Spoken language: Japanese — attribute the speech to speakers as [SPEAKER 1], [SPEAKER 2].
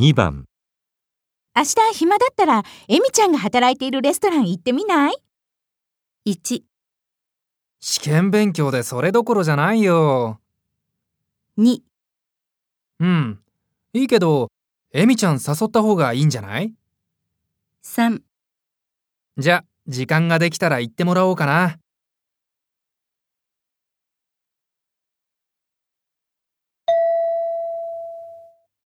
[SPEAKER 1] 2番、
[SPEAKER 2] 明日暇だったら、エミちゃんが働いているレストラン行ってみない ?1、
[SPEAKER 3] 試験勉強でそれどころじゃないよ。
[SPEAKER 2] 2、
[SPEAKER 3] うん。いいけど、エミちゃん誘った方がいいんじゃない
[SPEAKER 2] 3
[SPEAKER 3] じゃ、時間ができたら行ってもらおうかな。